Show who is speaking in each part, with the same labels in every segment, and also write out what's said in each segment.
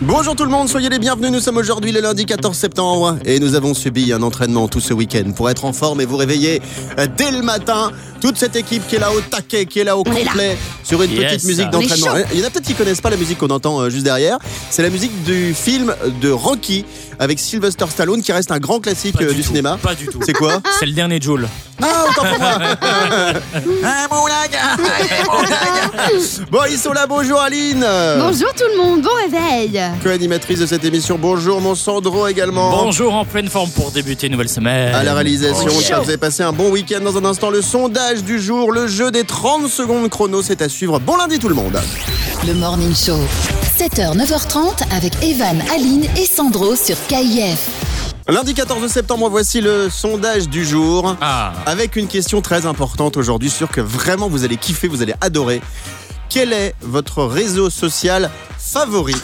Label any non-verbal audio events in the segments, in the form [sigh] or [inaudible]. Speaker 1: Bonjour tout le monde, soyez les bienvenus. Nous sommes aujourd'hui le lundi 14 septembre et nous avons subi un entraînement tout ce week-end pour être en forme et vous réveiller euh, dès le matin. Toute cette équipe qui est là au taquet, qui est là au
Speaker 2: est là.
Speaker 1: complet sur une
Speaker 3: Yes.
Speaker 1: petite musique
Speaker 2: On est
Speaker 1: d'entraînement.
Speaker 2: chaud.
Speaker 1: Il y en a peut-être qui connaissent pas la musique qu'on entend euh, juste derrière. C'est la musique du film de Rocky avec Sylvester Stallone qui reste un grand classique
Speaker 3: Pas
Speaker 1: euh, du,
Speaker 3: tout,
Speaker 1: cinéma.
Speaker 3: Pas du tout.
Speaker 1: C'est quoi
Speaker 3: C'est le dernier Joule.
Speaker 1: [laughs] Ah, autant pour [laughs] moi Eh, [laughs] Bon, ils sont là, bonjour Aline
Speaker 4: Bonjour tout le monde, bon réveil
Speaker 1: Co-animatrice de cette émission, bonjour mon Sandro également
Speaker 3: Bonjour en pleine forme pour débuter une nouvelle semaine.
Speaker 1: à la réalisation.
Speaker 3: Bonjour.
Speaker 1: Ça, vous avez passé un bon week-end dans un instant. Le sondage du jour, le jeu des 30 secondes chrono, c'est à suivre. Bon lundi tout le monde.
Speaker 2: Le Morning Show, 7h, 9h30 avec Evan, Aline et Sandro sur KIF.
Speaker 1: Lundi 14 septembre, voici le sondage du jour.
Speaker 3: Ah,
Speaker 1: Avec une question très importante aujourd'hui, sûr que vraiment vous allez kiffer, vous allez adorer. Quel est votre réseau social
Speaker 4: [laughs]
Speaker 1: favori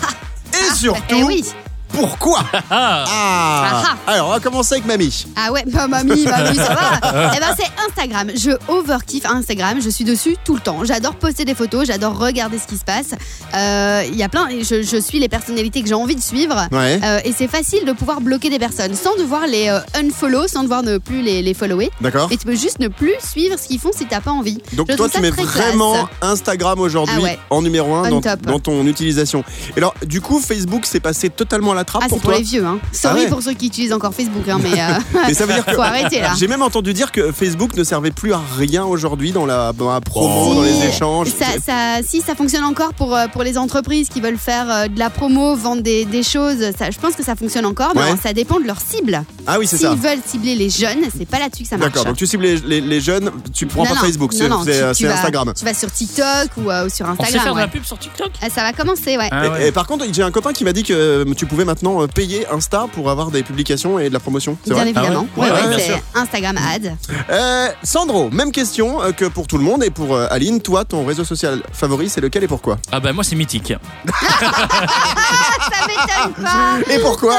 Speaker 1: Et surtout,
Speaker 4: Eh oui
Speaker 1: pourquoi
Speaker 4: [laughs]
Speaker 1: ah. Alors, on va commencer avec mamie.
Speaker 4: Ah ouais, bah, mamie, mamie, ça va Eh ben c'est Instagram, je overkiffe Instagram, je suis dessus tout le temps. J'adore poster des photos, j'adore regarder ce qui se passe. Euh, Il y a plein, je, je suis les personnalités que j'ai envie de suivre.
Speaker 1: Ouais.
Speaker 4: Euh, et c'est facile de pouvoir bloquer des personnes sans devoir les euh, unfollow, sans devoir ne plus les, les follower.
Speaker 1: D'accord
Speaker 4: Et tu peux juste ne plus suivre ce qu'ils font si t'as pas envie.
Speaker 1: Ah. Donc
Speaker 4: Je
Speaker 1: toi,
Speaker 4: trouve
Speaker 1: tu
Speaker 4: ça
Speaker 1: mets
Speaker 4: très
Speaker 1: vraiment
Speaker 4: classe.
Speaker 1: Instagram aujourd'hui
Speaker 4: Ah ouais.
Speaker 1: en numéro 1
Speaker 4: On
Speaker 1: dans,
Speaker 4: top.
Speaker 1: dans ton utilisation. Et alors, du coup, Facebook s'est passé totalement à la trappe
Speaker 4: Ah,
Speaker 1: pour
Speaker 4: c'est pour
Speaker 1: toi.
Speaker 4: les vieux, hein. Sorry
Speaker 1: ouais.
Speaker 4: pour ceux qui utilisent encore Facebook, hein, mais euh,
Speaker 1: [laughs] Mais ça veut dire que
Speaker 4: [laughs] faut arrêter là.
Speaker 1: j'ai même entendu dire que Facebook ne servait plus à rien aujourd'hui dans la, dans la promo,
Speaker 4: Si.
Speaker 1: dans les échanges.
Speaker 4: Ça- ça- si ça fonctionne encore pour, euh, pour les entreprises qui veulent faire euh, de la promo, vendre des, des choses, ça, je pense que ça fonctionne encore, mais
Speaker 1: Ouais.
Speaker 4: alors, ça dépend de leur cible.
Speaker 1: Ah oui, c'est ça.
Speaker 4: S'ils veulent cibler les jeunes, c'est pas là-dessus que ça marche.
Speaker 1: D'accord. Donc tu cibles les, les- les jeunes, tu prends
Speaker 4: Non,
Speaker 1: pas
Speaker 4: non,
Speaker 1: Facebook,
Speaker 4: non,
Speaker 1: c'est
Speaker 4: non,
Speaker 1: c'est- euh,
Speaker 4: tu- tu
Speaker 1: c'est
Speaker 4: vas-
Speaker 1: Instagram.
Speaker 4: Tu vas sur TikTok ou, euh, ou sur
Speaker 3: on sait
Speaker 4: Instagram.
Speaker 3: faire de
Speaker 4: ouais.
Speaker 3: la pub sur TikTok
Speaker 1: Eh,
Speaker 4: Ah, Ça va commencer, ouais.
Speaker 3: Ah
Speaker 1: Et-
Speaker 3: ouais.
Speaker 1: Et, par contre, j'ai un copain qui m'a dit que euh, tu pouvais maintenant euh, payer Insta pour avoir des publications et de la promotion. C'est
Speaker 4: Bien
Speaker 1: vrai.
Speaker 4: évidemment.
Speaker 3: Ah ouais. Ouais, ouais, bien sûr.
Speaker 4: c'est Instagram ad.
Speaker 1: Euh, Sandro, même question euh, que pour tout le monde et pour euh, Aline. Toi, ton réseau social favori, c'est lequel et pourquoi
Speaker 3: Ah bah moi c'est mythique.
Speaker 1: Euh,
Speaker 4: Ça m'étonne pas.
Speaker 1: Et pourquoi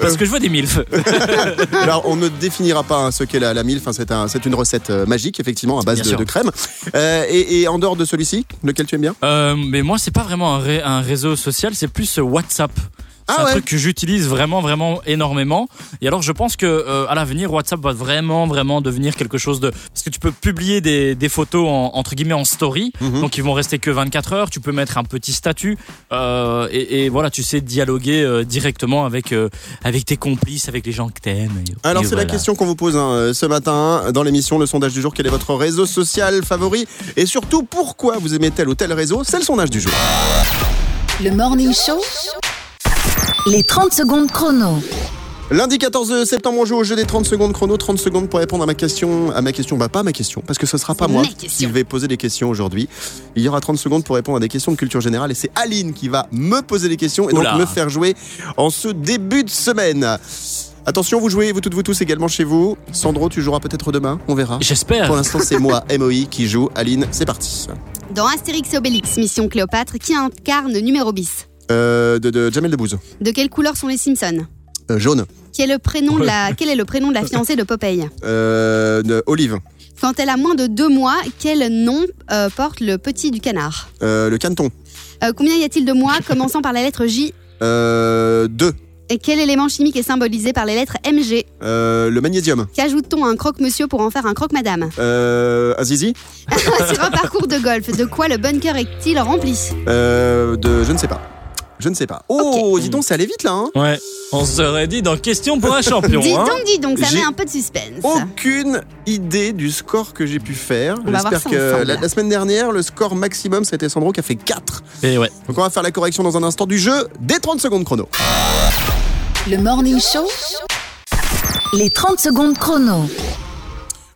Speaker 3: Parce que je vois des milfs.
Speaker 1: euh. Alors, on ne définira pas hein, ce qu'est la, la mille. Enfin, c'est un- c'est une recette euh, magique, effectivement, à base
Speaker 3: Bien
Speaker 1: de,
Speaker 3: sûr.
Speaker 1: de crème. Euh, et, et en dehors de celui-ci, lequel tu aimes bien
Speaker 3: Euh, mais moi c'est pas vraiment un, ré- un réseau social, c'est plus euh, WhatsApp. C'est
Speaker 1: Ah
Speaker 3: un
Speaker 1: ouais.
Speaker 3: truc que j'utilise vraiment, vraiment énormément. Et alors, je pense que euh, à l'avenir, WhatsApp va vraiment, vraiment devenir quelque chose de. Parce que tu peux publier des, des photos en- entre guillemets en story,
Speaker 1: Mhm.
Speaker 3: donc ils vont rester que 24 heures. Tu peux mettre un petit statut euh, et, et voilà, tu sais dialoguer euh, directement avec euh, avec tes complices, avec les gens que t'aimes. Et-
Speaker 1: Alors,
Speaker 3: et
Speaker 1: c'est la
Speaker 3: voilà.
Speaker 1: question qu'on vous pose hein, euh, ce matin dans l'émission Le sondage du jour. Quel est votre réseau social favori Et surtout, pourquoi vous aimez tel ou tel réseau C'est le sondage du jour.
Speaker 2: Le Morning Show, les 30 secondes chrono.
Speaker 1: Lundi 14 septembre, on joue au jeu des 30 secondes chrono. 30 secondes pour répondre à ma question. À ma question, bah pas à ma question, parce que ce sera pas
Speaker 4: C'est
Speaker 1: moi
Speaker 4: mes
Speaker 1: qui
Speaker 4: questions.
Speaker 1: vais poser des questions aujourd'hui. Il y aura 30 secondes pour répondre à des questions de culture générale et c'est Aline qui va me poser des questions et donc
Speaker 3: Oula.
Speaker 1: me faire jouer en ce début de semaine. Attention, vous jouez, vous toutes, vous tous également chez vous. Sandro, tu joueras peut-être demain, on verra.
Speaker 3: J'espère.
Speaker 1: Pour l'instant, c'est moi, MOI, qui joue. Aline, c'est parti.
Speaker 4: Dans Astérix et Obélix, Mission Cléopâtre, qui incarne numéro bis
Speaker 1: Euh, de, de Jamel Debbouze.
Speaker 4: De quelle couleur sont les Simpsons
Speaker 1: Euh, jaune.
Speaker 4: Quel est, le prénom de la, quel est le prénom de
Speaker 3: [laughs]
Speaker 4: la fiancée de Popeye
Speaker 1: Euh, de- olive.
Speaker 4: Quand elle a moins de deux mois, quel nom euh, porte le petit du canard
Speaker 1: Euh, le canton.
Speaker 4: Euh, Combien y a-t-il de mois commençant par la lettre J
Speaker 1: Euh, deux.
Speaker 4: Et quel élément chimique est symbolisé par les lettres MG
Speaker 1: Euh, le magnésium.
Speaker 4: Qu'ajoute-t-on à un croque-monsieur pour en faire un croque-madame [laughs]
Speaker 1: Euh, Azizi
Speaker 4: Sur un parcours de golf, de quoi le bunker est-il rempli
Speaker 1: Euh, de je ne sais pas. Je ne sais pas. Oh, dis donc, ça allait vite là. hein.
Speaker 3: Ouais. On serait dit dans question
Speaker 1: [laughs]
Speaker 3: pour un champion.
Speaker 4: Dis
Speaker 3: hein.
Speaker 4: donc, dis donc, ça
Speaker 1: J'ai- Oh,
Speaker 4: met un peu de suspense.
Speaker 1: Aucune idée du score que j'ai pu faire.
Speaker 4: On va voir
Speaker 1: J'espère
Speaker 4: ça
Speaker 1: que
Speaker 4: ensemble.
Speaker 1: la, la semaine dernière, le score maximum, c'était Sandro qui a fait 4.
Speaker 3: Et ouais.
Speaker 1: Donc on va faire la correction dans un instant du jeu des 30 secondes chrono.
Speaker 2: Le Morning Show, les 30 secondes chrono.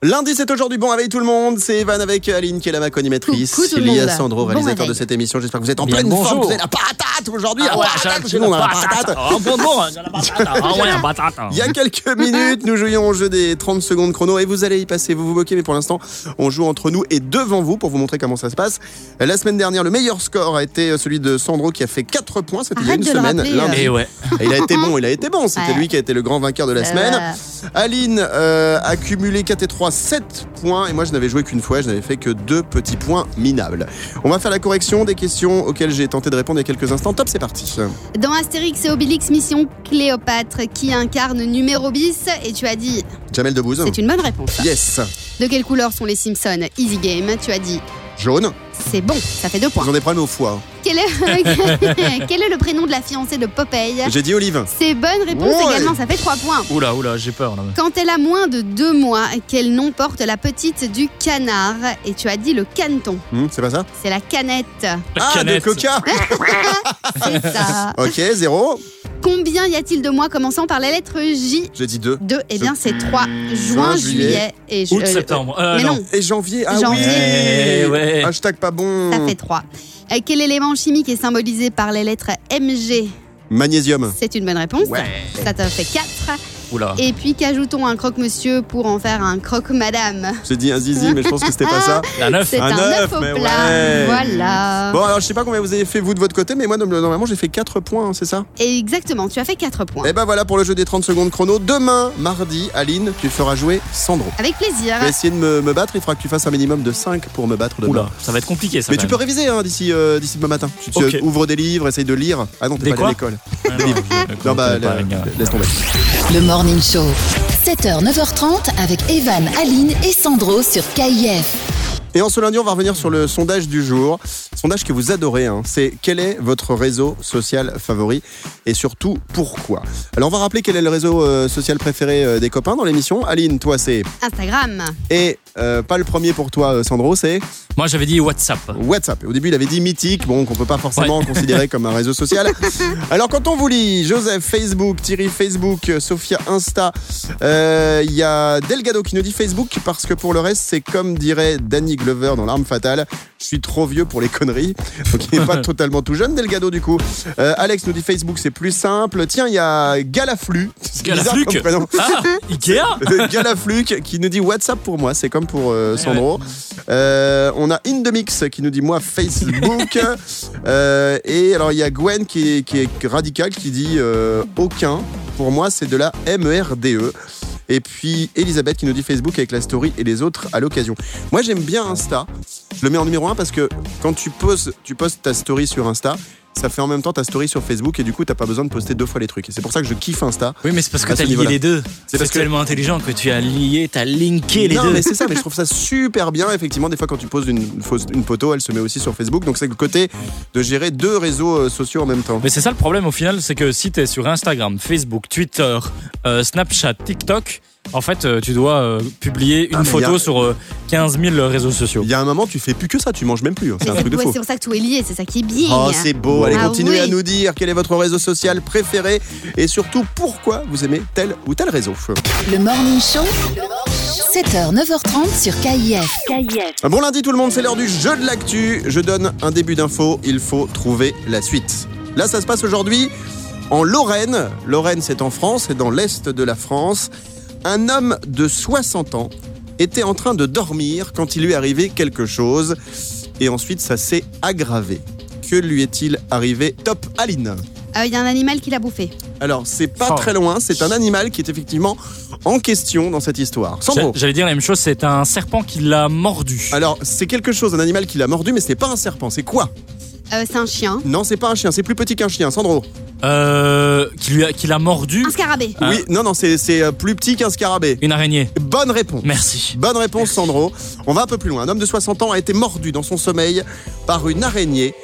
Speaker 1: Lundi, c'est aujourd'hui. Bon réveil tout le monde. C'est Evan avec Aline qui est la ma co-animatrice.
Speaker 4: Coucou tout le
Speaker 1: Il y a
Speaker 4: monde.
Speaker 1: Sandro,
Speaker 4: Bon
Speaker 1: réalisateur
Speaker 4: réveil.
Speaker 1: de cette émission. J'espère que vous êtes en
Speaker 3: Bien
Speaker 1: pleine
Speaker 3: le
Speaker 1: forme,
Speaker 3: bonjour.
Speaker 1: vous êtes la patate. patate aujourd'hui.
Speaker 3: Ah
Speaker 1: la
Speaker 3: ouais,
Speaker 1: patate,
Speaker 3: j'ai-
Speaker 1: chez nous, on a la
Speaker 3: patate.
Speaker 1: patate.
Speaker 3: Ah, bon, bon, j'ai la patate. Ah ouais, la patate.
Speaker 1: [laughs] Il y a
Speaker 4: [laughs]
Speaker 1: quelques minutes, nous jouions au jeu des 30 secondes chrono et vous allez y passer, vous vous moquez, mais pour l'instant, on joue entre nous et devant vous pour vous montrer comment ça se passe. La semaine dernière, le meilleur score a été celui de Sandro qui a fait 4 points, c'était il y a
Speaker 4: Arrête
Speaker 1: une
Speaker 4: de le
Speaker 1: semaine.
Speaker 4: rappeler, euh.
Speaker 1: lundi.
Speaker 3: Et ouais.
Speaker 1: Et Il a été bon, il a été bon, c'était
Speaker 4: Ouais. Euh.
Speaker 1: lui qui a été le grand vainqueur de la
Speaker 4: Ça
Speaker 1: semaine.
Speaker 4: va.
Speaker 1: Aline euh, a cumulé 4 et 3, 7 points. Et moi, je n'avais joué qu'une fois, je n'avais fait que deux petits points minables. On va faire la correction des questions auxquelles j'ai tenté de répondre il y a quelques instants. Top, c'est parti.
Speaker 4: Dans Astérix et Obélix, mission Cléopâtre, qui incarne numéro bis Et tu as dit,
Speaker 1: Jamel Debbouze.
Speaker 4: c'est une bonne réponse.
Speaker 1: Yes.
Speaker 4: De quelle couleur sont les Simpsons Easy Game. Tu as dit,
Speaker 1: Jaune.
Speaker 4: c'est bon, ça fait deux points.
Speaker 1: Ils ont des problèmes au foie.
Speaker 4: Quel est, [laughs] quel est le prénom de la fiancée de Popeye
Speaker 1: J'ai dit Olive.
Speaker 4: C'est bonne réponse
Speaker 1: Ouais.
Speaker 4: également, ça fait trois points.
Speaker 3: Oula, oula, j'ai peur là.
Speaker 4: Quand elle a moins de deux mois, quel nom porte la petite du canard Et tu as dit le caneton.
Speaker 1: Hmm, c'est pas ça
Speaker 4: C'est la canette.
Speaker 3: La
Speaker 1: Ah,
Speaker 3: canette.
Speaker 1: de
Speaker 3: [laughs]
Speaker 1: Coca. [laughs]
Speaker 4: C'est ça.
Speaker 1: ok, zéro.
Speaker 4: Combien y a-t-il de mois commençant par la lettre J
Speaker 1: J'ai dit deux.
Speaker 4: 2 Eh bien, c'est 3.
Speaker 1: Juin,
Speaker 4: Juin,
Speaker 1: juillet,
Speaker 4: juillet et ju-
Speaker 3: Août,
Speaker 4: euh,
Speaker 3: septembre. Euh,
Speaker 4: Mais
Speaker 3: non.
Speaker 4: non,
Speaker 1: Et janvier. Ah
Speaker 4: Janvier.
Speaker 1: oui.
Speaker 3: Eh ouais.
Speaker 1: Hashtag pas bon.
Speaker 4: ça fait 3. Quel élément chimique est symbolisé par les lettres MG
Speaker 1: Magnésium.
Speaker 4: C'est une bonne réponse.
Speaker 1: Ouais.
Speaker 4: Ça te fait 4.
Speaker 3: Oula.
Speaker 4: Et puis, qu'ajoutons un croque-monsieur pour en faire un croque-madame
Speaker 1: J'ai dit un zizi, mais je pense que c'était pas ça.
Speaker 3: La 9.
Speaker 4: C'est
Speaker 1: Un
Speaker 4: un,
Speaker 1: œuf,
Speaker 4: œuf au
Speaker 1: mais
Speaker 4: plat.
Speaker 1: ouais.
Speaker 4: Voilà.
Speaker 1: Bon, alors je sais pas combien vous avez fait vous de votre côté, mais moi normalement j'ai fait 4 points, hein, c'est ça
Speaker 4: Et exactement, tu as fait 4 points.
Speaker 1: Et ben voilà pour le jeu des 30 secondes chrono. Demain, mardi, Aline, tu feras jouer Sandro.
Speaker 4: Avec plaisir.
Speaker 1: Je vais essayer de me, me battre, il faudra que tu fasses un minimum de 5 pour me battre demain.
Speaker 3: Oula, ça va être compliqué ça.
Speaker 1: Mais
Speaker 3: quand
Speaker 1: tu peux
Speaker 3: même.
Speaker 1: réviser hein, d'ici euh, d'ici demain matin. Tu, tu,
Speaker 3: Ok.
Speaker 1: euh, ouvres des livres, essaye de lire. Ah non, t'es
Speaker 3: Des
Speaker 1: pas allé à
Speaker 3: quoi
Speaker 1: l'école.
Speaker 3: Ah, non, je-
Speaker 1: Non, bah
Speaker 3: pas,
Speaker 1: la-
Speaker 3: les gars.
Speaker 1: laisse tomber.
Speaker 2: Le Morning Show. 7h, 9h30 avec Evan, Aline et Sandro sur KIF.
Speaker 1: Et en ce lundi, on va revenir sur le sondage du jour. Sondage que vous adorez, hein. c'est quel est votre réseau social favori et surtout pourquoi. Alors on va rappeler quel est le réseau euh, social préféré euh, des copains dans l'émission. Aline, toi c'est...
Speaker 4: Instagram.
Speaker 1: Et euh, pas le premier pour toi, euh, Sandro, c'est
Speaker 3: Moi j'avais dit WhatsApp.
Speaker 1: WhatsApp. Au début, il avait dit mythique, bon, qu'on peut pas forcément considérer comme un réseau social. Alors, quand on vous lit Joseph, Facebook, Thierry, Facebook, euh, Sophia, Insta, euh, il y a Delgado qui nous dit Facebook parce que pour le reste, c'est comme dirait Danny Glover dans L'Arme Fatale je suis trop vieux pour les conneries. Donc, il n'est pas totalement tout jeune, Delgado, du coup. Euh, Alex nous dit Facebook, c'est plus simple. Tiens, il y a Galaflu. C'est bizarre
Speaker 3: Galafluc.
Speaker 1: comme prénom.
Speaker 3: Ah, Ikea
Speaker 1: Galafluc qui nous dit WhatsApp pour moi, c'est comme pour euh, Sandro. Euh, on a In The Mix qui nous dit moi Facebook. Euh, et alors il y a Gwen qui est, qui est radicale qui dit euh, aucun. Pour moi, c'est de la MERDE. E. Et puis Elisabeth qui nous dit Facebook avec la story et les autres à l'occasion. Moi j'aime bien Insta. Je le mets en numéro 1 parce que quand tu poses, tu postes ta story sur Insta, ça fait en même temps ta story sur Facebook et du coup t'as pas besoin de poster deux fois les trucs. Et c'est pour ça que je kiffe Insta.
Speaker 3: Oui, mais c'est parce que
Speaker 1: À ce
Speaker 3: t'as lié
Speaker 1: niveau-là.
Speaker 3: les deux.
Speaker 1: C'est
Speaker 3: C'est
Speaker 1: parce que-
Speaker 3: tellement intelligent que tu as lié, t'as linké les
Speaker 1: non,
Speaker 3: deux.
Speaker 1: mais c'est ça, mais je trouve ça super bien. Effectivement, des fois, quand tu poses une, fausse- une photo, elle se met aussi sur Facebook. Donc, c'est le côté de gérer deux réseaux euh, sociaux en même temps.
Speaker 3: Mais c'est ça le problème au final, c'est que si t'es sur Instagram, Facebook, Twitter, euh, Snapchat, TikTok, en fait, euh, tu dois euh, publier
Speaker 1: Ah,
Speaker 3: une
Speaker 1: mais
Speaker 3: photo
Speaker 1: y a-
Speaker 3: sur euh, 15 000 réseaux sociaux.
Speaker 1: Il y a un moment, tu fais plus que ça, tu manges même plus. hein. C'est
Speaker 4: Mais
Speaker 1: un
Speaker 4: ça-
Speaker 1: truc de
Speaker 4: ouais,
Speaker 1: fou.
Speaker 4: c'est pour ça que tout est lié, c'est ça qui est bien.
Speaker 1: Oh, c'est beau. Allez,
Speaker 4: Ah
Speaker 1: continuez
Speaker 4: oui.
Speaker 1: à nous dire quel est votre réseau social préféré et surtout pourquoi vous aimez tel ou tel réseau.
Speaker 2: Le Morning Show. 7h, 9h30 sur KIF.
Speaker 1: Bon lundi, tout le monde, c'est l'heure du jeu de l'actu. Je donne un début d'info, il faut trouver la suite. Là, ça se passe aujourd'hui en Lorraine. Lorraine, c'est en France, c'est dans l'est de la France. Un homme de 60 ans était en train de dormir quand il lui est arrivé quelque chose. Et ensuite, ça s'est aggravé. Que lui est-il arrivé Top Aline
Speaker 4: Euh, Il y a un animal qui l'a bouffé.
Speaker 1: alors, c'est pas
Speaker 3: Oh.
Speaker 1: très loin, c'est un animal qui est effectivement en question dans cette histoire. Sandro
Speaker 3: J'a- J'allais dire la même chose, c'est un serpent qui l'a mordu.
Speaker 1: Alors, c'est quelque chose, un animal qui l'a mordu, mais ce n'est pas un serpent, c'est quoi
Speaker 4: Euh, c'est un chien.
Speaker 1: Non, c'est pas un chien, c'est plus petit qu'un chien, Sandro.
Speaker 3: Euh, qui lui a- qui l'a mordu
Speaker 4: Un scarabée.
Speaker 3: Ah.
Speaker 1: Oui, non, non, c'est c'est, euh, plus petit qu'un scarabée.
Speaker 3: Une araignée.
Speaker 1: Bonne réponse.
Speaker 3: Merci.
Speaker 1: Bonne réponse, Sandro. On va un peu plus loin. Un homme de 60 ans a été mordu dans son sommeil par une araignée.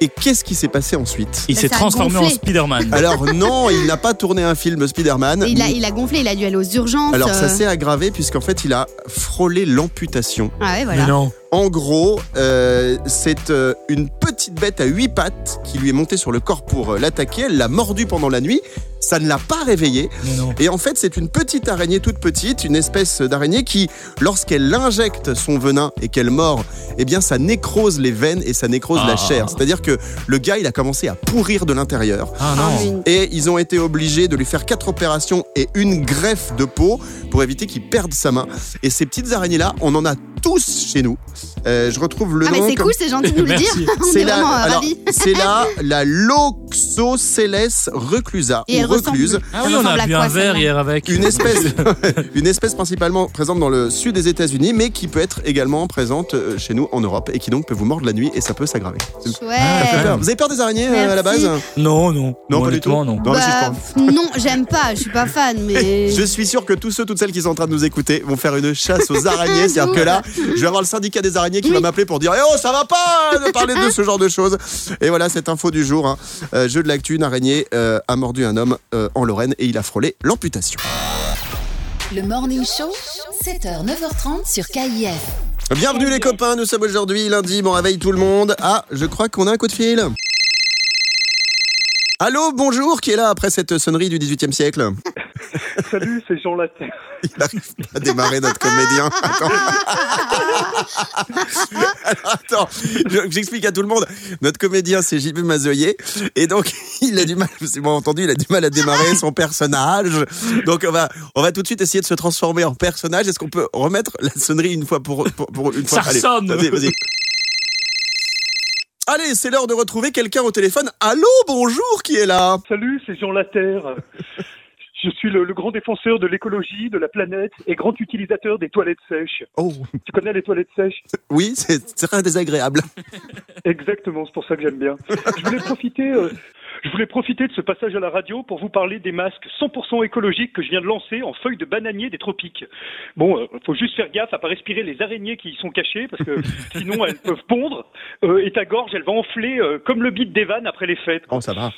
Speaker 1: Et qu'est-ce qui s'est passé ensuite
Speaker 3: Il
Speaker 4: Ça
Speaker 3: s'est
Speaker 4: a
Speaker 3: transformé en
Speaker 4: gonflé.
Speaker 3: Spider-Man.
Speaker 1: Alors non, il n'a pas tourné un film Spider-Man.
Speaker 4: Il a, il a gonflé, il a dû aller aux urgences.
Speaker 1: Alors ça
Speaker 4: euh.
Speaker 1: s'est aggravé puisqu'en fait il a frôlé l'amputation
Speaker 4: Ah ouais,
Speaker 3: Mais
Speaker 4: [laughs] voilà.
Speaker 3: non.
Speaker 1: En gros, euh, c'est euh, une petite bête à huit pattes qui lui est montée sur le corps pour euh, l'attaquer. Elle l'a mordu pendant la nuit. Ça ne l'a pas réveillée.
Speaker 3: Mais non.
Speaker 1: Et en fait, c'est une petite araignée toute petite, une espèce d'araignée qui, lorsqu'elle injecte son venin et qu'elle mord, eh bien, ça nécrose les veines et ça nécrose la
Speaker 3: Ah.
Speaker 1: chair. C'est-à-dire que le gars, il a commencé à pourrir de l'intérieur.
Speaker 3: Ah
Speaker 4: Ah, mais
Speaker 3: non.
Speaker 4: une-
Speaker 1: Et ils ont été obligés de lui faire quatre opérations et une greffe de peau pour éviter qu'il perde sa main. Et ces petites araignées-là, on en a tous chez nous. Euh, je retrouve le
Speaker 4: Ah, mais
Speaker 1: nom.
Speaker 4: c'est
Speaker 1: comme-
Speaker 4: cool, c'est gentil de nous le dire.
Speaker 3: Merci.
Speaker 4: On est,
Speaker 1: C'est la,
Speaker 4: vraiment euh,
Speaker 1: alors,
Speaker 4: ravis.
Speaker 1: c'est
Speaker 4: [laughs]
Speaker 1: la, la Loxocélès reclusa,
Speaker 4: Et
Speaker 1: ou
Speaker 4: elle ressemble.
Speaker 1: recluse,
Speaker 3: Ah
Speaker 4: Ça
Speaker 3: oui, on
Speaker 4: ressemble
Speaker 3: a
Speaker 4: à
Speaker 3: bu
Speaker 4: quoi,
Speaker 3: un verre
Speaker 4: celle-là
Speaker 3: hier avec.
Speaker 1: une espèce, [laughs] une espèce principalement présente dans le sud des États-Unis, mais qui peut être également présente euh, chez nous en Europe et qui donc peut vous mordre la nuit et ça peut s'aggraver. C'est-
Speaker 4: Ouais.
Speaker 1: Peur. Vous avez peur des araignées euh, à la
Speaker 4: Merci.
Speaker 1: base
Speaker 3: Non, non.
Speaker 1: Non, pas du tout.
Speaker 3: honnêtement, non.
Speaker 1: Non, mais si, je
Speaker 4: Bah,
Speaker 1: pense.
Speaker 4: pff, non, j'aime pas, je suis pas fan, mais.
Speaker 1: Je suis sûr que tous ceux, toutes celles qui sont en train de nous écouter vont faire une chasse aux araignées. C'est-à-dire que là, je vais avoir le syndicat des araignées qui va m'appeler pour dire Eh Oh, ça va pas de parler de ce genre de choses. Et voilà cette info du jour. hein. Euh, jeu de l'actu une araignée euh, a mordu un homme euh, en Lorraine et il a frôlé l'amputation.
Speaker 2: Le Morning Show, 7h, 9h30 sur KIF.
Speaker 1: Bienvenue les copains, nous sommes aujourd'hui lundi. Bon réveil tout le monde. Ah, je crois qu'on a un coup de fil. Allô, bonjour, qui est là après cette sonnerie du 18e siècle
Speaker 5: Salut, c'est Jean Latte.
Speaker 1: Il n'arrive pas à démarrer notre comédien. Attends. Alors, attends, je- j'explique à tout le monde. Notre comédien, c'est JB Mazoyer. Et donc, [laughs] il a du mal, c'est bon entendu, il a du mal à démarrer son personnage. Donc, on va, on va tout de suite essayer de se transformer en personnage. Est-ce qu'on peut remettre la sonnerie une fois pour, pour, pour une fois
Speaker 3: Ça sonne.
Speaker 1: vas-y, vas-y. Allez, c'est l'heure de retrouver quelqu'un au téléphone. Allô, bonjour, qui est là
Speaker 5: Salut, c'est
Speaker 1: [laughs]
Speaker 5: Jean Laterre. Je suis le, le grand défenseur de l'écologie, de la planète et grand utilisateur des toilettes sèches.
Speaker 1: Oh,
Speaker 5: Tu connais les toilettes sèches
Speaker 1: oui, c'est c'est très désagréable.
Speaker 5: Exactement, c'est pour ça que j'aime bien. Je voulais profiter. euh, je voulais profiter de ce passage à la radio pour vous parler des masques 100% écologiques que je viens de lancer en feuilles de bananier des tropiques. Bon, euh, faut juste faire gaffe à pas respirer les araignées qui y sont cachées
Speaker 1: [laughs]
Speaker 5: parce que sinon elles peuvent pondre euh, et ta gorge elle va enfler euh, comme le bide des vannes après les fêtes.
Speaker 1: Oh, ça va.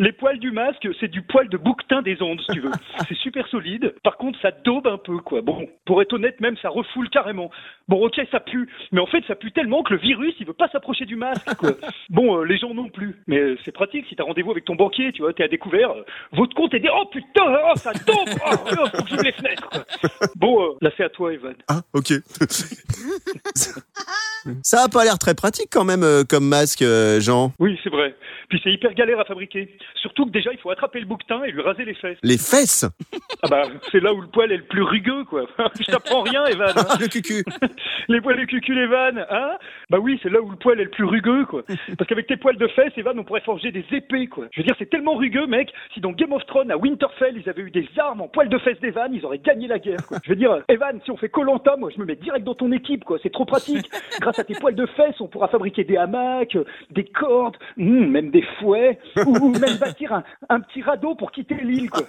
Speaker 5: Les poils du masque, c'est du poil de bouquetin des ondes, si tu veux. C'est super solide. Par contre, ça daube un peu, quoi. Bon, pour être honnête, même, ça refoule carrément. Bon, ok, ça pue. Mais en fait, ça pue tellement que le virus, il veut pas s'approcher du masque, quoi. Bon, euh, les gens non plus. Mais euh, c'est pratique si t'as rendez-vous avec ton banquier, tu vois, t'es à découvert. euh, votre compte est dit, oh putain, oh, ça daube, oh, oh, faut que j'ouvre les fenêtres, quoi. Bon, euh, là, c'est à toi, Evan.
Speaker 1: Ah, ok. ça a pas l'air très pratique quand même euh, comme masque, euh, Jean.
Speaker 5: Oui, c'est vrai. Puis c'est hyper galère à fabriquer. Surtout que déjà, il faut attraper le bouquetin et lui raser les fesses.
Speaker 1: Les fesses
Speaker 5: Ah bah, c'est là où le poil est le plus rugueux, quoi. [laughs] Je t'apprends rien, Evan. hein.
Speaker 1: Ah, Le cucu
Speaker 5: Les poils de cucu, les vannes, hein Bah oui, c'est là où le poil est le plus rugueux, quoi. Parce qu'avec tes poils de fesses, les vannes, on pourrait forger des épées, quoi. Je veux dire, c'est tellement rugueux, mec. Si dans Game of Thrones, à Winterfell, ils avaient eu des armes en poils de fesses des vannes, ils auraient gagné la guerre, quoi. Je veux dire, euh, Evan, si on fait Colanta, moi, je me mets direct dans ton équipe, quoi. C'est trop pratique. Grâce à tes poils de fesses, on pourra fabriquer des hamacs, euh, des cordes, hum, même des fouets, ou, ou même bâtir un, un petit radeau pour quitter l'île, quoi.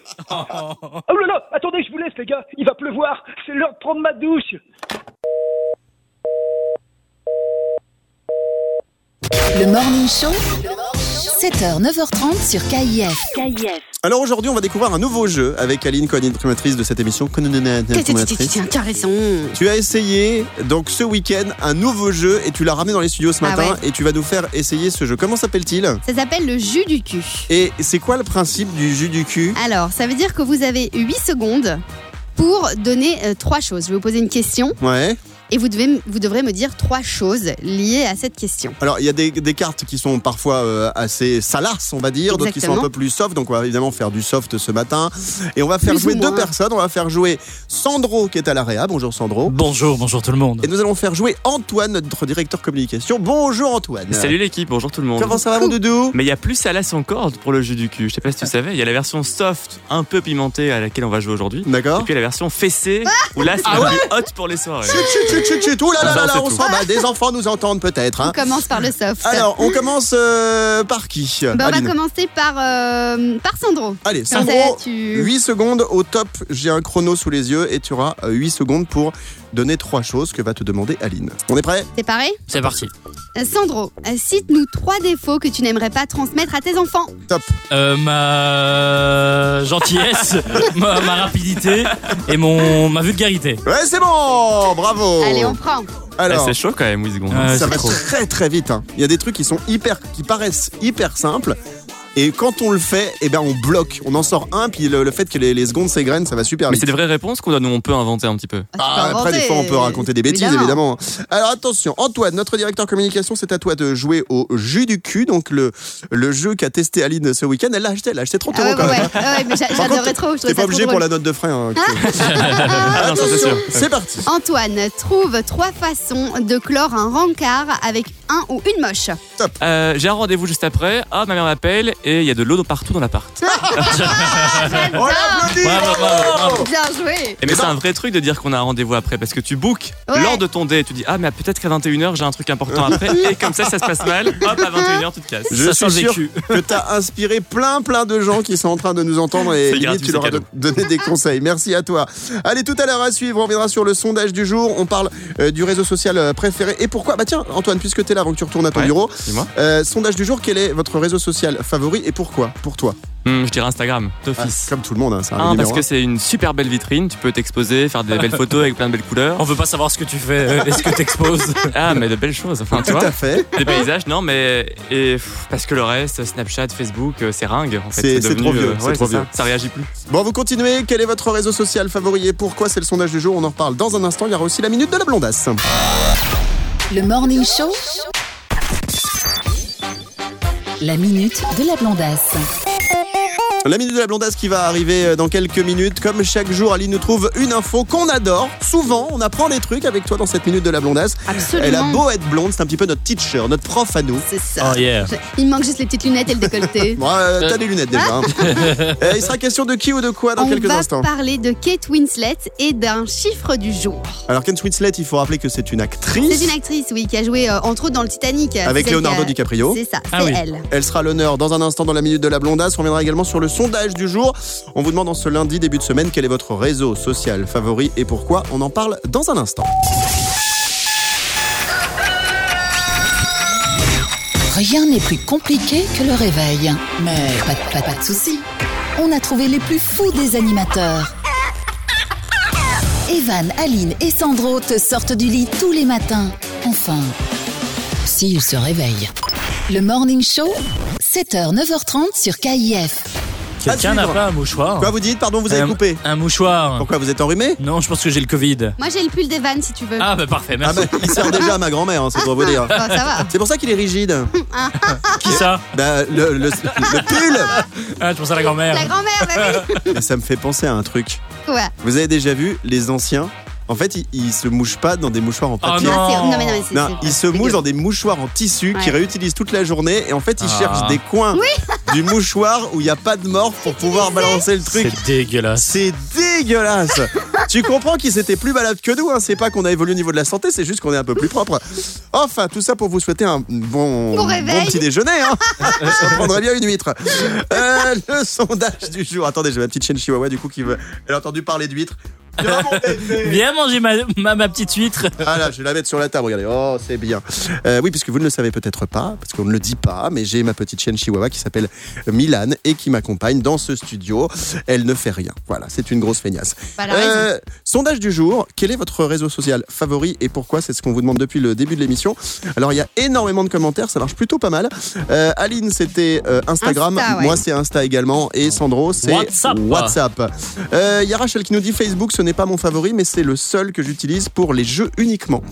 Speaker 5: Oh là là, attendez, je vous laisse, les gars. Il va pleuvoir. C'est l'heure de prendre ma douche.
Speaker 2: Le Morning Show, 7h, 9h30 sur KIF.
Speaker 1: Alors aujourd'hui, on va découvrir un nouveau jeu avec Aline, co-animatrice de cette émission.
Speaker 4: Tiens, tiens, tiens,
Speaker 1: Co-animatrice.
Speaker 4: tiens, Tiens, raison.
Speaker 1: Tu as essayé, donc ce week-end, un nouveau jeu et tu l'as ramené dans les studios ce
Speaker 4: Ah
Speaker 1: matin et tu vas nous faire essayer ce jeu. Comment s'appelle-t-il
Speaker 4: Ça s'appelle le jus du cul.
Speaker 1: Et c'est quoi le principe du jus du cul
Speaker 4: Alors, ça veut dire que vous avez 8 secondes pour donner euh, trois choses. Je vais vous poser une question
Speaker 1: Ouais.
Speaker 4: et vous, devez, m- vous devrez me dire trois choses liées à cette question.
Speaker 1: Alors, il y a des, des cartes qui sont parfois euh, assez salaces, on va dire, d'autres qui sont un
Speaker 4: Exactement.
Speaker 1: peu plus soft. Donc, on va évidemment faire du soft ce matin. Et on va faire
Speaker 4: Plus ou
Speaker 1: jouer deux
Speaker 4: moins.
Speaker 1: personnes. On va faire jouer Sandro, qui est à l'AREA. Bonjour, Sandro.
Speaker 3: Bonjour, bonjour tout le monde.
Speaker 1: Et nous allons faire jouer Antoine, notre directeur communication. Bonjour, Antoine.
Speaker 6: Salut l'équipe, bonjour tout le monde.
Speaker 1: Comment ça va, mon doudou
Speaker 6: Mais il y a plus salace encore pour le jeu du cul. Je sais pas si tu savais, il y a la version soft, un peu pimentée à laquelle on va jouer aujourd'hui. Et
Speaker 1: D'accord Ah
Speaker 6: puis la version fessée, où là c'est la plus haute pour les soirées.
Speaker 1: Chut, chut, chut, chut, chut. Ouh là là
Speaker 6: Ah,
Speaker 1: là
Speaker 6: non,
Speaker 1: là,
Speaker 6: c'est
Speaker 1: on
Speaker 6: tout.
Speaker 1: s'en bat. Des enfants nous entendent peut-être.
Speaker 4: [laughs]
Speaker 1: hein.
Speaker 4: On commence par le soft.
Speaker 1: Alors, on commence euh, par qui
Speaker 4: Bah, on va
Speaker 1: Aline.
Speaker 4: commencer par, euh, par Sandro.
Speaker 1: Allez,
Speaker 4: Comme
Speaker 1: Sandro,
Speaker 4: ça, tu...
Speaker 1: 8 secondes au top. J'ai un chrono sous les yeux et tu auras 8 secondes pour donner trois choses que va te demander Aline. On est prêt
Speaker 4: C'est pareil
Speaker 3: C'est parti.
Speaker 4: Euh, Sandro, euh, cite-nous trois défauts que tu n'aimerais pas transmettre à tes enfants.
Speaker 3: Euh,
Speaker 1: [laughs]
Speaker 3: ma gentillesse, ma, ma rapidité et mon ma vulgarité.
Speaker 1: Ouais, c'est bon Bravo
Speaker 4: Allez, on prend. Ah,
Speaker 1: Alors,
Speaker 6: Eh, c'est chaud quand même, 8 secondes.
Speaker 3: Ouais,
Speaker 1: ça
Speaker 3: c'est
Speaker 1: va
Speaker 3: trop.
Speaker 1: très très vite. hein. Il y a des trucs qui sont hyper, qui paraissent hyper simples. Et quand on le fait, eh ben on bloque. On en sort un, puis le, le fait que les, les secondes s'égrènent, ça va super
Speaker 6: Mais
Speaker 1: vite.
Speaker 6: c'est des vraies réponses qu'on doit, nous, on peut inventer un petit peu.
Speaker 1: Ah, après, des fois, on peut raconter des bêtises, évidemment. Alors, attention, Antoine, notre directeur communication, c'est à toi de jouer au jus du cul, donc le, le jeu qu'a testé Aline ce week-end. Elle l'a acheté, elle l'a acheté 30
Speaker 4: Ah
Speaker 1: euros
Speaker 4: ouais,
Speaker 1: quand
Speaker 4: ouais,
Speaker 1: même.
Speaker 4: ouais, ouais, mais j'a-
Speaker 1: Par
Speaker 4: j'adorais
Speaker 1: contre,
Speaker 4: trop. Je trouvais
Speaker 1: T'es pas
Speaker 4: ça trop
Speaker 1: obligé
Speaker 4: drôle.
Speaker 1: pour la note de frais. hein, [laughs] que-
Speaker 6: Ah non, ça c'est sûr.
Speaker 1: C'est parti.
Speaker 4: Antoine, trouve trois façons de clore un rencard avec un ou une moche.
Speaker 6: Euh, J'ai un rendez-vous juste après. Ah, ma mère m'appelle et il y a de l'eau partout dans l'appart.
Speaker 1: On l'applaudit
Speaker 3: Bravo, bravo, bravo.
Speaker 4: Bien joué
Speaker 6: Et Eh, mais c'est un vrai truc de dire qu'on a un rendez-vous après parce que tu bookes
Speaker 4: Ouais.
Speaker 6: lors de ton dé. Tu dis, ah, mais peut-être qu'à 21h j'ai un truc important
Speaker 1: [laughs]
Speaker 6: après. et comme ça, ça se passe mal. Hop, à 21h tu te casses.
Speaker 1: Je
Speaker 3: Ça
Speaker 1: suis
Speaker 3: sent le
Speaker 1: sûr
Speaker 3: vécu.
Speaker 1: que t'as inspiré plein plein de gens qui sont en train de nous entendre et
Speaker 6: C'est
Speaker 1: limite,
Speaker 6: gratuit,
Speaker 1: tu leur as
Speaker 6: c'est
Speaker 1: don- donné
Speaker 6: [laughs]
Speaker 1: des conseils. Merci à toi. Allez, tout à l'heure à suivre, on reviendra sur le sondage du jour. On parle euh, du réseau social euh, préféré. Et pourquoi Bah tiens, Antoine, puisque t'es là avant que tu retournes à ton
Speaker 6: Ouais.
Speaker 1: bureau,
Speaker 6: Dis-moi.
Speaker 1: euh, sondage du jour, quel est votre réseau social favori et pourquoi Pour toi
Speaker 6: Hum, je dirais Instagram,
Speaker 1: Ah,
Speaker 6: d'office.
Speaker 1: Comme tout le monde, hein, c'est un
Speaker 6: Un, parce
Speaker 1: numéro
Speaker 6: que
Speaker 1: un.
Speaker 6: c'est une super belle vitrine. Tu peux t'exposer, faire des belles photos avec plein de belles couleurs.
Speaker 3: On veut pas savoir ce que tu fais, euh, est-ce que
Speaker 1: [laughs]
Speaker 3: t'exposes
Speaker 6: Ah, mais de belles choses. Enfin, tu
Speaker 1: Tout
Speaker 6: vois.
Speaker 1: à fait.
Speaker 6: Des paysages, non, mais et, pff, parce que le reste, Snapchat, Facebook, euh, c'est ringue. En fait,
Speaker 1: C'est- c'est
Speaker 6: devenu,
Speaker 1: trop vieux,
Speaker 6: euh,
Speaker 1: c'est
Speaker 6: ouais,
Speaker 1: trop
Speaker 6: ça.
Speaker 1: vieux.
Speaker 6: Ça, réagit plus.
Speaker 1: Bon, vous continuez. Quel est votre réseau social favori et pourquoi C'est le sondage du jour. On en reparle dans un instant. Il y aura aussi la minute de la blondasse.
Speaker 2: Le Morning Show. La minute de la blondasse.
Speaker 1: La minute de la blondasse qui va arriver euh, dans quelques minutes. Comme chaque jour, Ali nous trouve une info qu'on adore. Souvent, on apprend des trucs avec toi dans cette minute de la blondasse.
Speaker 4: Absolument.
Speaker 1: Elle a beau être blonde, c'est un petit peu notre teacher, notre prof à nous.
Speaker 4: C'est ça.
Speaker 3: Oh, yeah.
Speaker 4: Je- Il me manque juste les petites lunettes et le décolleté.
Speaker 1: Bon, euh, t'as des lunettes
Speaker 4: [laughs]
Speaker 1: déjà. hein. Euh, il sera question de qui ou de quoi [laughs] dans
Speaker 4: On
Speaker 1: quelques
Speaker 4: va
Speaker 1: instants.
Speaker 4: parler de Kate Winslet et d'un chiffre du jour.
Speaker 1: Alors, Ken Winslet, il faut rappeler que c'est une actrice
Speaker 4: C'est une actrice, oui, qui a joué euh, entre autres dans le Titanic.
Speaker 1: avec
Speaker 4: C'est celle
Speaker 1: Leonardo
Speaker 4: qui a-
Speaker 1: DiCaprio.
Speaker 4: C'est ça, c'est
Speaker 3: Ah oui.
Speaker 4: elle.
Speaker 1: Elle sera à l'honneur dans un instant dans la minute de la blondasse. On reviendra également sur le sondage du jour. On vous demande en ce lundi début de semaine quel est votre réseau social favori et pourquoi. On en parle dans un instant.
Speaker 2: Rien n'est plus compliqué que le réveil. Mais pas, de- pas, pas de soucis. On a trouvé les plus fous des animateurs. Evan, Aline et Sandro te sortent du lit tous les matins. Enfin, s'ils se réveillent. Le Morning Show, 7h, 9h30 sur KIF.
Speaker 1: À
Speaker 3: Quelqu'un n'a
Speaker 1: Ah, suivre.
Speaker 3: pas un mouchoir
Speaker 1: Quoi vous dites Pardon, vous avez
Speaker 3: Euh,
Speaker 1: coupé.
Speaker 3: Un mouchoir
Speaker 1: Pourquoi vous êtes enrhumé
Speaker 3: Non, je pense que j'ai le Covid.
Speaker 4: Moi, j'ai le pull d'Evan si tu veux.
Speaker 3: Ah bah parfait,
Speaker 1: Ah
Speaker 3: merci.
Speaker 1: bah, il sert déjà à ma grand-mère, hein, c'est pour vous dire.
Speaker 4: Ah, ça
Speaker 3: [laughs]
Speaker 4: va.
Speaker 1: C'est pour ça qu'il est rigide.
Speaker 3: Qui ça
Speaker 1: Bah, le, le- le
Speaker 3: Ah, tu penses à la grand-mère.
Speaker 4: La grand-mère, bah oui.
Speaker 1: pull Ça me fait penser à un truc.
Speaker 3: [laughs]
Speaker 4: Quoi
Speaker 1: Vous avez déjà vu les anciens En fait, ils, ils se mouchent pas dans des mouchoirs en
Speaker 3: Oh
Speaker 1: papier.
Speaker 3: non.
Speaker 4: Ah, c'est- mais non, mais c'est-
Speaker 1: Non,
Speaker 4: c'est-
Speaker 1: ils se mouchent dans des mouchoirs en tissu qu'ils
Speaker 4: Ouais.
Speaker 1: réutilisent toute la journée et en fait ils
Speaker 3: Ah.
Speaker 1: cherchent des coins du mouchoir où il n'y a pas de morve pour pouvoir balancer le truc.
Speaker 3: C'est dégueulasse.
Speaker 1: C'est dégueulasse. tu comprends qu'ils étaient plus malades que nous. Hein. C'est pas qu'on a évolué au niveau de la santé, c'est juste qu'on est un peu plus propre. Enfin, tout ça pour vous souhaiter un bon,
Speaker 4: Bon réveil.
Speaker 1: petit déjeuner.
Speaker 4: [laughs]
Speaker 1: Hein. ça prendrait bien une huître. Euh, le sondage du jour. Attendez, j'ai ma petite chienne chihuahua du coup qui veut. Elle a entendu parler d'huître. Viens, mon bébé.
Speaker 3: Viens manger ma, ma, ma petite huître.
Speaker 1: Ah là, je vais la mettre sur la table, regardez. Oh, c'est bien. Euh, oui, puisque vous ne le savez peut-être pas, parce qu'on ne le dit pas, mais j'ai ma petite chienne chihuahua qui s'appelle Milan et qui m'accompagne dans ce studio. Elle ne fait rien. Voilà, c'est une grosse feignasse.
Speaker 4: Pas la raison.
Speaker 1: Euh, sondage du jour, quel est votre réseau social favori et pourquoi C'est ce qu'on vous demande depuis le début de l'émission. Alors il y a énormément de commentaires, ça marche plutôt pas mal. Euh, Aline c'était euh, Instagram,
Speaker 4: Insta, ouais.
Speaker 1: moi c'est Insta également et Sandro c'est
Speaker 3: WhatsApp.
Speaker 1: WhatsApp. Euh, Il y a Rachel qui nous dit Facebook, ce n'est pas mon favori mais c'est le seul que j'utilise pour les jeux uniquement.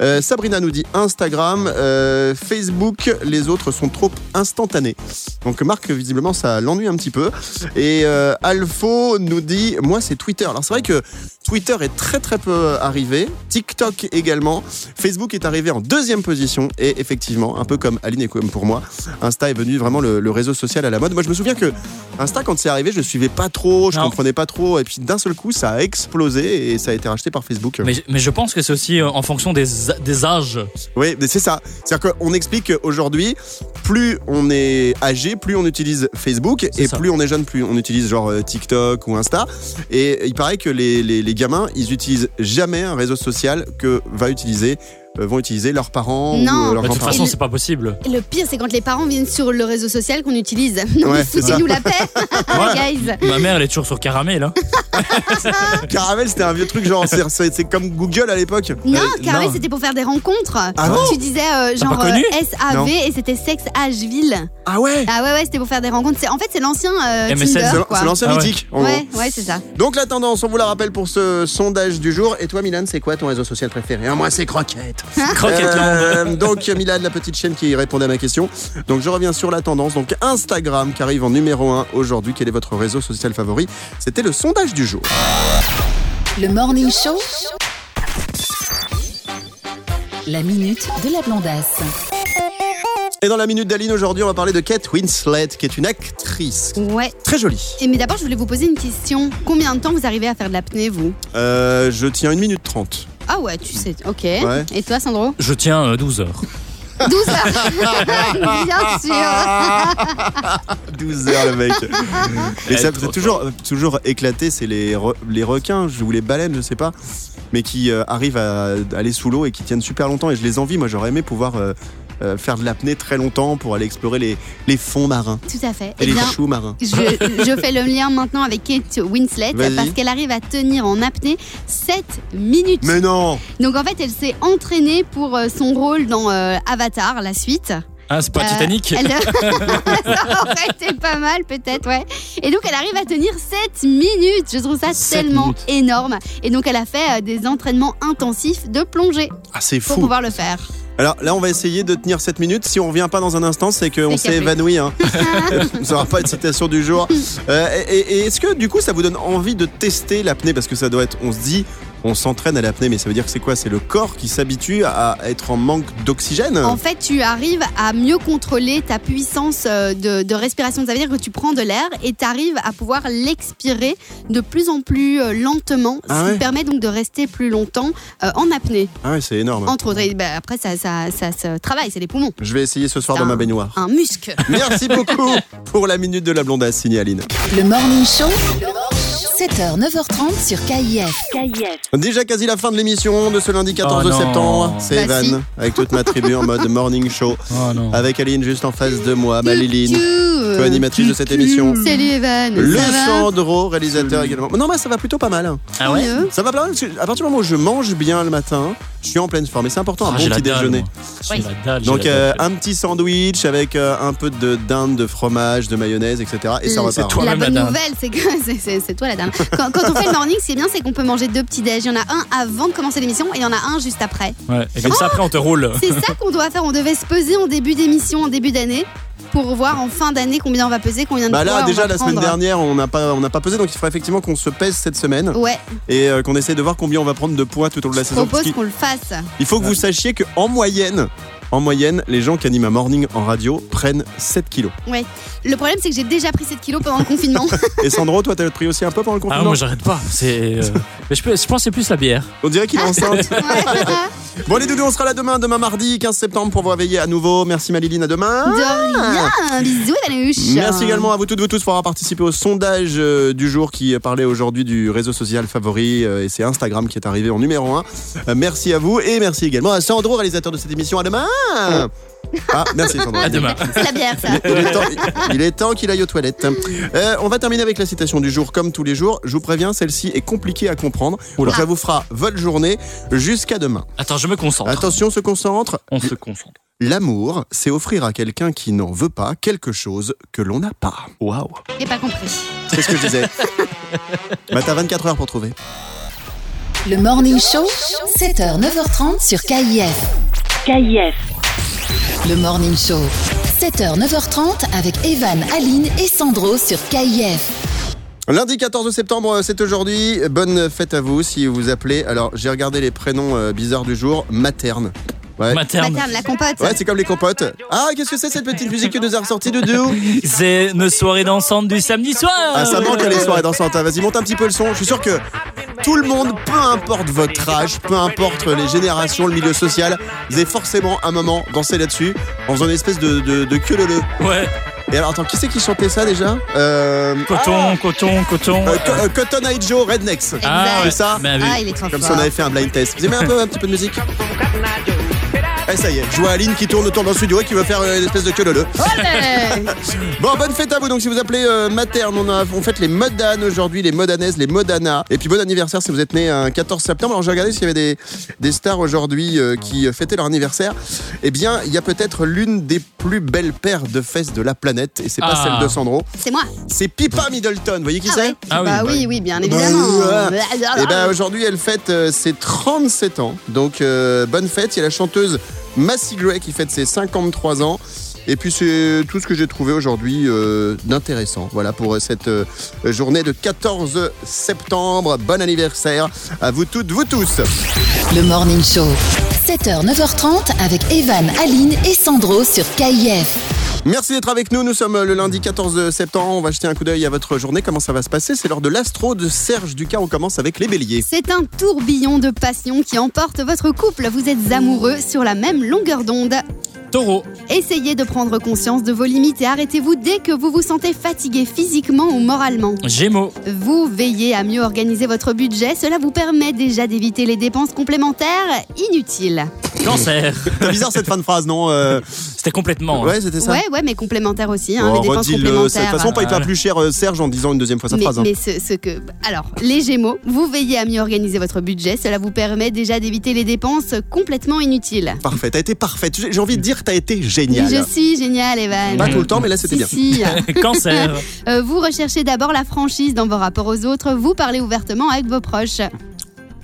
Speaker 1: Euh, Sabrina nous dit Instagram, euh, Facebook, les autres sont trop instantanés. Donc Marc, visiblement, ça l'ennuie un petit peu. Et euh, Alpho nous dit, moi c'est Twitter. Alors c'est vrai que Twitter est très très peu euh, arrivé, TikTok également, Facebook est arrivé en deuxième position et effectivement, un peu comme Aline et comme pour moi, Insta est venu vraiment le, le réseau social à la mode. Moi je me souviens que Insta quand c'est arrivé, je suivais pas trop, je
Speaker 3: Non.
Speaker 1: comprenais pas trop et puis d'un seul coup ça a explosé et ça a été racheté par Facebook.
Speaker 3: Mais, mais je pense que c'est aussi euh, en fonction des, des âges.
Speaker 1: Oui, mais c'est ça. C'est-à-dire qu'on explique qu'aujourd'hui, plus on est âgé, plus on utilise Facebook,
Speaker 3: C'est
Speaker 1: et
Speaker 3: ça.
Speaker 1: plus on est jeune, plus on utilise genre euh, TikTok ou Insta. Et il paraît que les, les- les gamins, ils utilisent jamais un réseau social que va utiliser euh, vont utiliser leurs parents ou
Speaker 4: Non.
Speaker 1: euh,
Speaker 4: Bah,
Speaker 1: leurs
Speaker 3: de toute
Speaker 1: grands-parents.
Speaker 3: façon, c'est pas possible.
Speaker 4: Et le pire, c'est quand les parents viennent sur le réseau social qu'on utilise. [laughs] Non, mais
Speaker 1: Ouais, c'est
Speaker 4: foutez-nous la paix, [laughs] guys.
Speaker 3: Ma mère, elle est toujours sur caramel.
Speaker 4: [laughs]
Speaker 3: Hein.
Speaker 1: Caramel, c'était un vieux truc, genre, c'est- c'est c'est comme Google à l'époque.
Speaker 4: Non,
Speaker 1: Euh,
Speaker 4: Caramel, c'était pour faire des rencontres.
Speaker 1: Ah bon
Speaker 4: tu disais euh, genre
Speaker 3: pas connu
Speaker 4: euh, SAV
Speaker 1: Non.
Speaker 4: et c'était sexe âge ville.
Speaker 1: Ah ouais
Speaker 4: Ah ouais ouais, c'était pour faire des rencontres. C'est- En fait, c'est l'ancien euh,
Speaker 3: MSN,
Speaker 4: Tinder
Speaker 1: Eh, C'est
Speaker 4: quoi.
Speaker 1: c'est l'ancien
Speaker 3: Ah ouais.
Speaker 1: mythique, en
Speaker 4: Ouais,
Speaker 1: gros.
Speaker 4: ouais, c'est ça.
Speaker 1: Donc la tendance, on vous la rappelle pour ce sondage du jour. Et toi, Milan, c'est quoi ton réseau social préféré Ah, Moi, c'est Croquette.
Speaker 3: Croquetland.
Speaker 1: Euh, donc Milan, la petite chaîne qui répondait à ma question. Donc je reviens sur la tendance. Donc Instagram qui arrive en numéro 1 aujourd'hui. Quel est votre réseau social favori C'était le sondage du jour.
Speaker 2: Le Morning Show. La minute de la blondasse.
Speaker 1: Et dans la minute d'Aline aujourd'hui, on va parler de Kate Winslet, qui est une actrice
Speaker 4: Ouais.
Speaker 1: très jolie.
Speaker 4: Et mais d'abord, je voulais vous poser une question. Combien de temps vous arrivez à faire de l'apnée vous
Speaker 1: Euh, je tiens une minute 30.
Speaker 4: Ah ouais, tu sais. OK.
Speaker 1: Ouais.
Speaker 4: Et toi Sandro
Speaker 3: Je tiens euh, 12 heures.
Speaker 4: 12
Speaker 1: [laughs]
Speaker 4: heures. Bien sûr.
Speaker 1: 12 heures
Speaker 6: [laughs]
Speaker 1: le mec. Et
Speaker 6: Elle
Speaker 1: ça
Speaker 6: est
Speaker 1: me
Speaker 6: trop
Speaker 1: fait toujours, euh, toujours éclater, c'est les, re- les requins je- ou les baleines, je sais pas, mais qui euh, arrivent à à aller sous l'eau et qui tiennent super longtemps. Et je les envie, moi j'aurais aimé pouvoir euh, euh, faire de l'apnée très longtemps pour aller explorer les, les fonds marins
Speaker 4: Tout à fait.
Speaker 1: et
Speaker 4: Eh
Speaker 1: les
Speaker 4: bien,
Speaker 1: choux marins.
Speaker 4: Je, je fais le lien maintenant avec Kate Winslet
Speaker 1: Vas-y.
Speaker 4: parce qu'elle arrive à tenir en apnée 7 minutes.
Speaker 1: Mais non
Speaker 4: Donc en fait, elle s'est entraînée pour euh, son rôle dans euh, Avatar, la suite.
Speaker 3: Hein, c'est pas
Speaker 4: Euh,
Speaker 3: Titanic
Speaker 4: Elle... [laughs] ça aurait été pas mal peut-être, ouais. Et donc elle arrive à tenir 7 minutes. Je trouve ça
Speaker 6: Sept
Speaker 4: tellement
Speaker 6: minutes.
Speaker 4: énorme. Et donc elle a fait euh, des entraînements intensifs de plongée
Speaker 1: Ah, c'est
Speaker 4: pour
Speaker 1: fou
Speaker 4: pouvoir le faire.
Speaker 1: Alors là, on va essayer de tenir 7 minutes. Si on revient pas dans un instant, c'est qu'on
Speaker 4: C'est
Speaker 1: s'est
Speaker 4: capé.
Speaker 1: évanoui.
Speaker 4: [laughs]
Speaker 1: Hein. ça aura pas de citation du jour. Euh, et et- et est-ce que du coup, ça vous donne envie de tester l'apnée Parce que ça doit être, on se dit, on s'entraîne à l'apnée, mais ça veut dire que c'est quoi C'est le corps qui s'habitue à être en manque d'oxygène
Speaker 4: En fait, tu arrives à mieux contrôler ta puissance euh, de, de respiration. Ça veut dire que tu prends de l'air et tu arrives à pouvoir l'expirer de plus en plus euh, lentement,
Speaker 1: Ah
Speaker 4: ce
Speaker 1: ouais
Speaker 4: qui permet donc de rester plus longtemps euh, en apnée.
Speaker 1: Ah ouais, c'est énorme.
Speaker 4: Entre autres, Et, bah, après ça, ça, ça se travaille, c'est les poumons.
Speaker 1: Je vais essayer ce soir dans ma baignoire.
Speaker 4: Un muscle.
Speaker 1: Merci beaucoup pour la minute de la blondasse signée Aline.
Speaker 2: Le Morning Show. 7h, 9h30 sur KIF.
Speaker 1: Déjà quasi la fin de l'émission de ce lundi 14
Speaker 3: Oh non.
Speaker 1: septembre. C'est
Speaker 4: Bah
Speaker 1: Evan
Speaker 4: si.
Speaker 1: avec toute ma tribu en mode morning show.
Speaker 3: Oh non.
Speaker 1: Avec Aline juste en face de moi, ma Ah bah, Liline,
Speaker 4: Salut
Speaker 1: co-animatrice de cette émission.
Speaker 4: Evan.
Speaker 1: Le
Speaker 4: ça va
Speaker 1: Sandro, réalisateur également. Non, mais ça va plutôt pas mal. hein.
Speaker 3: Ah ouais
Speaker 4: Mieux
Speaker 1: Ça va pas mal parce que à partir du moment où je mange bien le matin, je suis en pleine forme. Et c'est important, un
Speaker 3: Ah,
Speaker 1: bon
Speaker 3: j'ai la
Speaker 1: petit
Speaker 3: dalle,
Speaker 1: déjeuner.
Speaker 3: moi. J'ai
Speaker 4: Oui.
Speaker 3: la dalle, j'ai
Speaker 1: Donc,
Speaker 3: la
Speaker 1: euh,
Speaker 3: dalle.
Speaker 1: un petit sandwich avec euh, un peu de dinde, de fromage, de mayonnaise, etc. Et ça
Speaker 4: Mm.
Speaker 1: repart.
Speaker 3: C'est toi.
Speaker 4: la
Speaker 3: Toi-même, la
Speaker 4: bonne
Speaker 3: dame.
Speaker 4: nouvelle, c'est que [laughs] c'est- c'est c'est toi la dame. Quand, quand on fait le morning, ce qui est bien, c'est qu'on peut manger deux petits déj. Il y en a un avant de commencer l'émission et il y en a un juste après.
Speaker 3: Ouais, Et comme ça, après, on te roule.
Speaker 1: Ah,
Speaker 4: C'est ça qu'on doit faire. On devait se peser en début d'émission, en début d'année, pour voir en fin d'année combien on va peser, combien de
Speaker 1: Bah là,
Speaker 4: poids on
Speaker 1: déjà,
Speaker 4: va
Speaker 1: la
Speaker 4: prendre.
Speaker 1: semaine dernière, on n'a pas, on n'a pas pesé, donc il faudra effectivement qu'on se pèse cette semaine
Speaker 4: Ouais,
Speaker 1: et euh, qu'on essaye de voir combien on va prendre de poids tout au long de la
Speaker 4: Oh. je
Speaker 1: saison. parce
Speaker 4: propose
Speaker 1: qu'il-
Speaker 4: qu'on le fasse.
Speaker 1: Il faut que vous sachiez que en moyenne, en moyenne, les gens qui animent un morning en radio prennent 7 kilos.
Speaker 4: Le problème, c'est que j'ai déjà pris 7 kilos pendant
Speaker 1: [laughs]
Speaker 4: le confinement.
Speaker 1: Et Sandro, toi, t'as pris aussi un peu pendant le
Speaker 3: Ah,
Speaker 1: confinement
Speaker 3: moi, j'arrête pas. C'est. euh, Mais je, peux- je pense que c'est plus la bière.
Speaker 1: On dirait
Speaker 3: [laughs]
Speaker 1: qu'il est enceinte.
Speaker 4: Ouais.
Speaker 1: Bon les doudous, on sera là demain, demain mardi 15 septembre pour vous réveiller à nouveau. Merci Maliline, à demain.
Speaker 4: De rien. Bisous, Evanuche.
Speaker 1: Merci également à vous toutes, vous tous pour avoir participé au sondage euh, du jour qui parlait aujourd'hui du réseau social favori euh, et c'est Instagram qui est arrivé en numéro 1. merci à vous et merci également à Sandro, réalisateur de cette émission. À demain. Ah, merci Sandro.
Speaker 3: À demain.
Speaker 4: C'est la bière,
Speaker 1: [laughs]
Speaker 4: ça.
Speaker 1: Il est temps, il est temps qu'il aille aux toilettes. Euh, on va terminer avec la citation du jour, comme tous les jours. Je vous préviens, celle-ci est compliquée à comprendre.
Speaker 3: Oula.
Speaker 1: Donc, ça vous fera votre journée jusqu'à demain.
Speaker 3: Attends, je me concentre.
Speaker 1: Attention, se concentre.
Speaker 3: On se concentre.
Speaker 1: L'amour, c'est offrir à quelqu'un qui n'en veut pas quelque chose que l'on n'a pas.
Speaker 6: Waouh.
Speaker 4: J'ai pas compris.
Speaker 1: C'est ce que je disais. bah, t'as 24 heures pour trouver.
Speaker 2: Le Morning Show. 7h, 9h30 sur KIF.
Speaker 7: KIF.
Speaker 2: Le Morning Show. 7h, 9h30 avec Evan, Aline et Sandro sur KIF.
Speaker 1: Lundi 14 septembre, euh, c'est aujourd'hui. Bonne fête à vous si vous appelez. Alors, j'ai regardé les prénoms euh, bizarres du jour. Materne. Ouais.
Speaker 3: Materne.
Speaker 4: Bah, Materne, la compote.
Speaker 1: Ouais, c'est comme les compotes. Ah, qu'est-ce que c'est cette petite musique que nous a ressortie, Doudou
Speaker 3: C'est une soirée dansante du samedi soir.
Speaker 1: Ah, ça manque les soirées dansantes. hein. Vas-y, monte un petit peu le son. Je suis sûr que tout le monde, peu importe votre âge, peu importe les générations, le milieu social, vous avez forcément un moment dansé là-dessus en faisant une espèce de, de, de queue leu-leu.
Speaker 3: Ouais.
Speaker 1: Et alors, attends, qui c'est qui chantait ça déjà euh,
Speaker 3: Coton, coton, coton.
Speaker 1: ah, euh, Co- euh, Cotton Eye Joe, Rednecks.
Speaker 4: Ah,
Speaker 1: C'est ça
Speaker 3: Bien vu.
Speaker 4: Ah, il est trop
Speaker 1: Comme si
Speaker 4: fort.
Speaker 1: on avait fait un blind test. Vous aimez un peu un petit peu de musique Eh, ça y est, je vois Aline qui tourne autour dans le studio et qui veut faire euh, une espèce de queue leu.
Speaker 4: Allez
Speaker 1: Bon, bonne fête à vous. Donc, si vous appelez euh, Materne, on, a, on fête les Modanes aujourd'hui, les Modanaises, les Modanas. Et puis, bon anniversaire si vous êtes né un 14 septembre. Alors, j'ai regardé s'il y avait des, des stars aujourd'hui euh, qui euh, fêtaient leur anniversaire. Eh bien, il y a peut-être l'une des plus belles paires de fesses de la planète. Et c'est pas
Speaker 3: Ah.
Speaker 1: celle de Sandro.
Speaker 4: C'est moi.
Speaker 1: C'est Pippa Middleton. Vous voyez qui
Speaker 4: Ah
Speaker 1: c'est
Speaker 4: ouais.
Speaker 3: Ah oui,
Speaker 4: bah
Speaker 3: bah
Speaker 4: oui, oui, bien évidemment.
Speaker 1: Bah, ouais. Et ben
Speaker 4: Blablabla.
Speaker 1: aujourd'hui, elle fête euh, ses 37 ans. Donc, euh, bonne fête. Il y a la chanteuse Massy Gray qui fête ses 53 ans. Et puis, c'est tout ce que j'ai trouvé aujourd'hui euh, d'intéressant. Voilà pour euh, cette euh, journée de 14 septembre. Bon anniversaire à vous toutes, vous tous.
Speaker 2: Le Morning Show. 7h, 9h30 avec Evan, Aline et Sandro sur KIF.
Speaker 1: Merci d'être avec nous. Nous sommes euh, le lundi 14 septembre. On va jeter un coup d'œil à votre journée. Comment ça va se passer C'est l'heure de l'astro de Serge Ducas. On commence avec les béliers.
Speaker 4: C'est un tourbillon de passion qui emporte votre couple. Vous êtes amoureux sur la même longueur d'onde.
Speaker 3: Taureau,
Speaker 4: Essayez de prendre conscience de vos limites et arrêtez-vous dès que vous vous sentez fatigué physiquement ou moralement.
Speaker 3: Gémeaux,
Speaker 4: Vous veillez à mieux organiser votre budget, cela vous permet déjà d'éviter les dépenses complémentaires inutiles.
Speaker 1: [laughs]
Speaker 3: Cancer.
Speaker 1: C'est bizarre cette fin de phrase, non Euh,
Speaker 3: C'était complètement. hein.
Speaker 1: Ouais, c'était ça.
Speaker 4: Ouais, ouais, mais complémentaires aussi, hein,
Speaker 1: Bon,
Speaker 4: les dépenses
Speaker 1: redis-le,
Speaker 4: complémentaires. hein.
Speaker 1: c'est- De toute façon, on paye pas plus cher euh, Serge en disant une deuxième fois sa
Speaker 4: mais,
Speaker 1: phrase. hein.
Speaker 4: mais ce, ce que. Alors, les Gémeaux, vous veillez à mieux organiser votre budget, cela vous permet déjà d'éviter les dépenses complètement inutiles.
Speaker 1: Parfait, t'as été parfaite. J'ai j'ai envie de dire, t'as été géniale.
Speaker 4: Je suis génial, Evan.
Speaker 1: Pas tout le temps, mais là c'était
Speaker 4: Si,
Speaker 1: bien. [laughs]
Speaker 4: si.
Speaker 3: [laughs] Cancer,
Speaker 4: Euh, vous recherchez d'abord la franchise dans vos rapports aux autres, vous parlez ouvertement avec vos proches.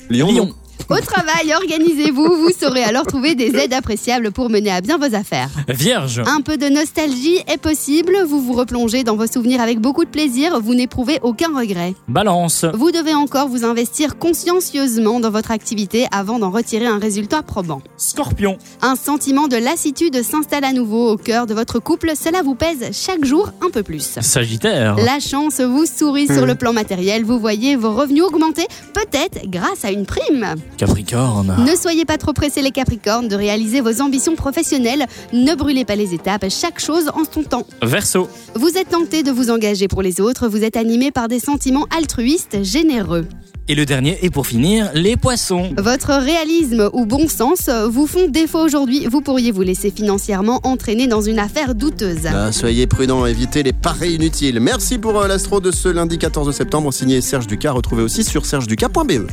Speaker 1: Lyon,
Speaker 3: Lion,
Speaker 4: Au travail, organisez-vous, vous saurez alors trouver des aides appréciables pour mener à bien vos affaires.
Speaker 3: Vierge,
Speaker 4: Un peu de nostalgie est possible, vous vous replongez dans vos souvenirs avec beaucoup de plaisir, vous n'éprouvez aucun regret.
Speaker 3: Balance,
Speaker 4: Vous devez encore vous investir consciencieusement dans votre activité avant d'en retirer un résultat probant.
Speaker 3: Scorpion,
Speaker 4: Un sentiment de lassitude s'installe à nouveau au cœur de votre couple, cela vous pèse chaque jour un peu plus.
Speaker 3: Sagittaire,
Speaker 4: La chance vous sourit sur le plan matériel, vous voyez vos revenus augmenter, peut-être grâce à une prime.
Speaker 3: Capricorne,
Speaker 4: Ne soyez pas trop pressés les Capricornes de réaliser vos ambitions professionnelles, ne brûlez pas les étapes, chaque chose en son temps.
Speaker 3: Verseau,
Speaker 4: Vous êtes tenté de vous engager pour les autres, vous êtes animé par des sentiments altruistes généreux.
Speaker 3: Et le dernier, et pour finir, les poissons.
Speaker 4: Votre réalisme ou bon sens vous font défaut aujourd'hui, vous pourriez vous laisser financièrement entraîner dans une affaire douteuse.
Speaker 1: Ah, soyez prudents, évitez les paris inutiles. Merci pour euh, l'astro de ce lundi 14 septembre, signé Serge Ducas, retrouvé aussi sur sergeducas.be.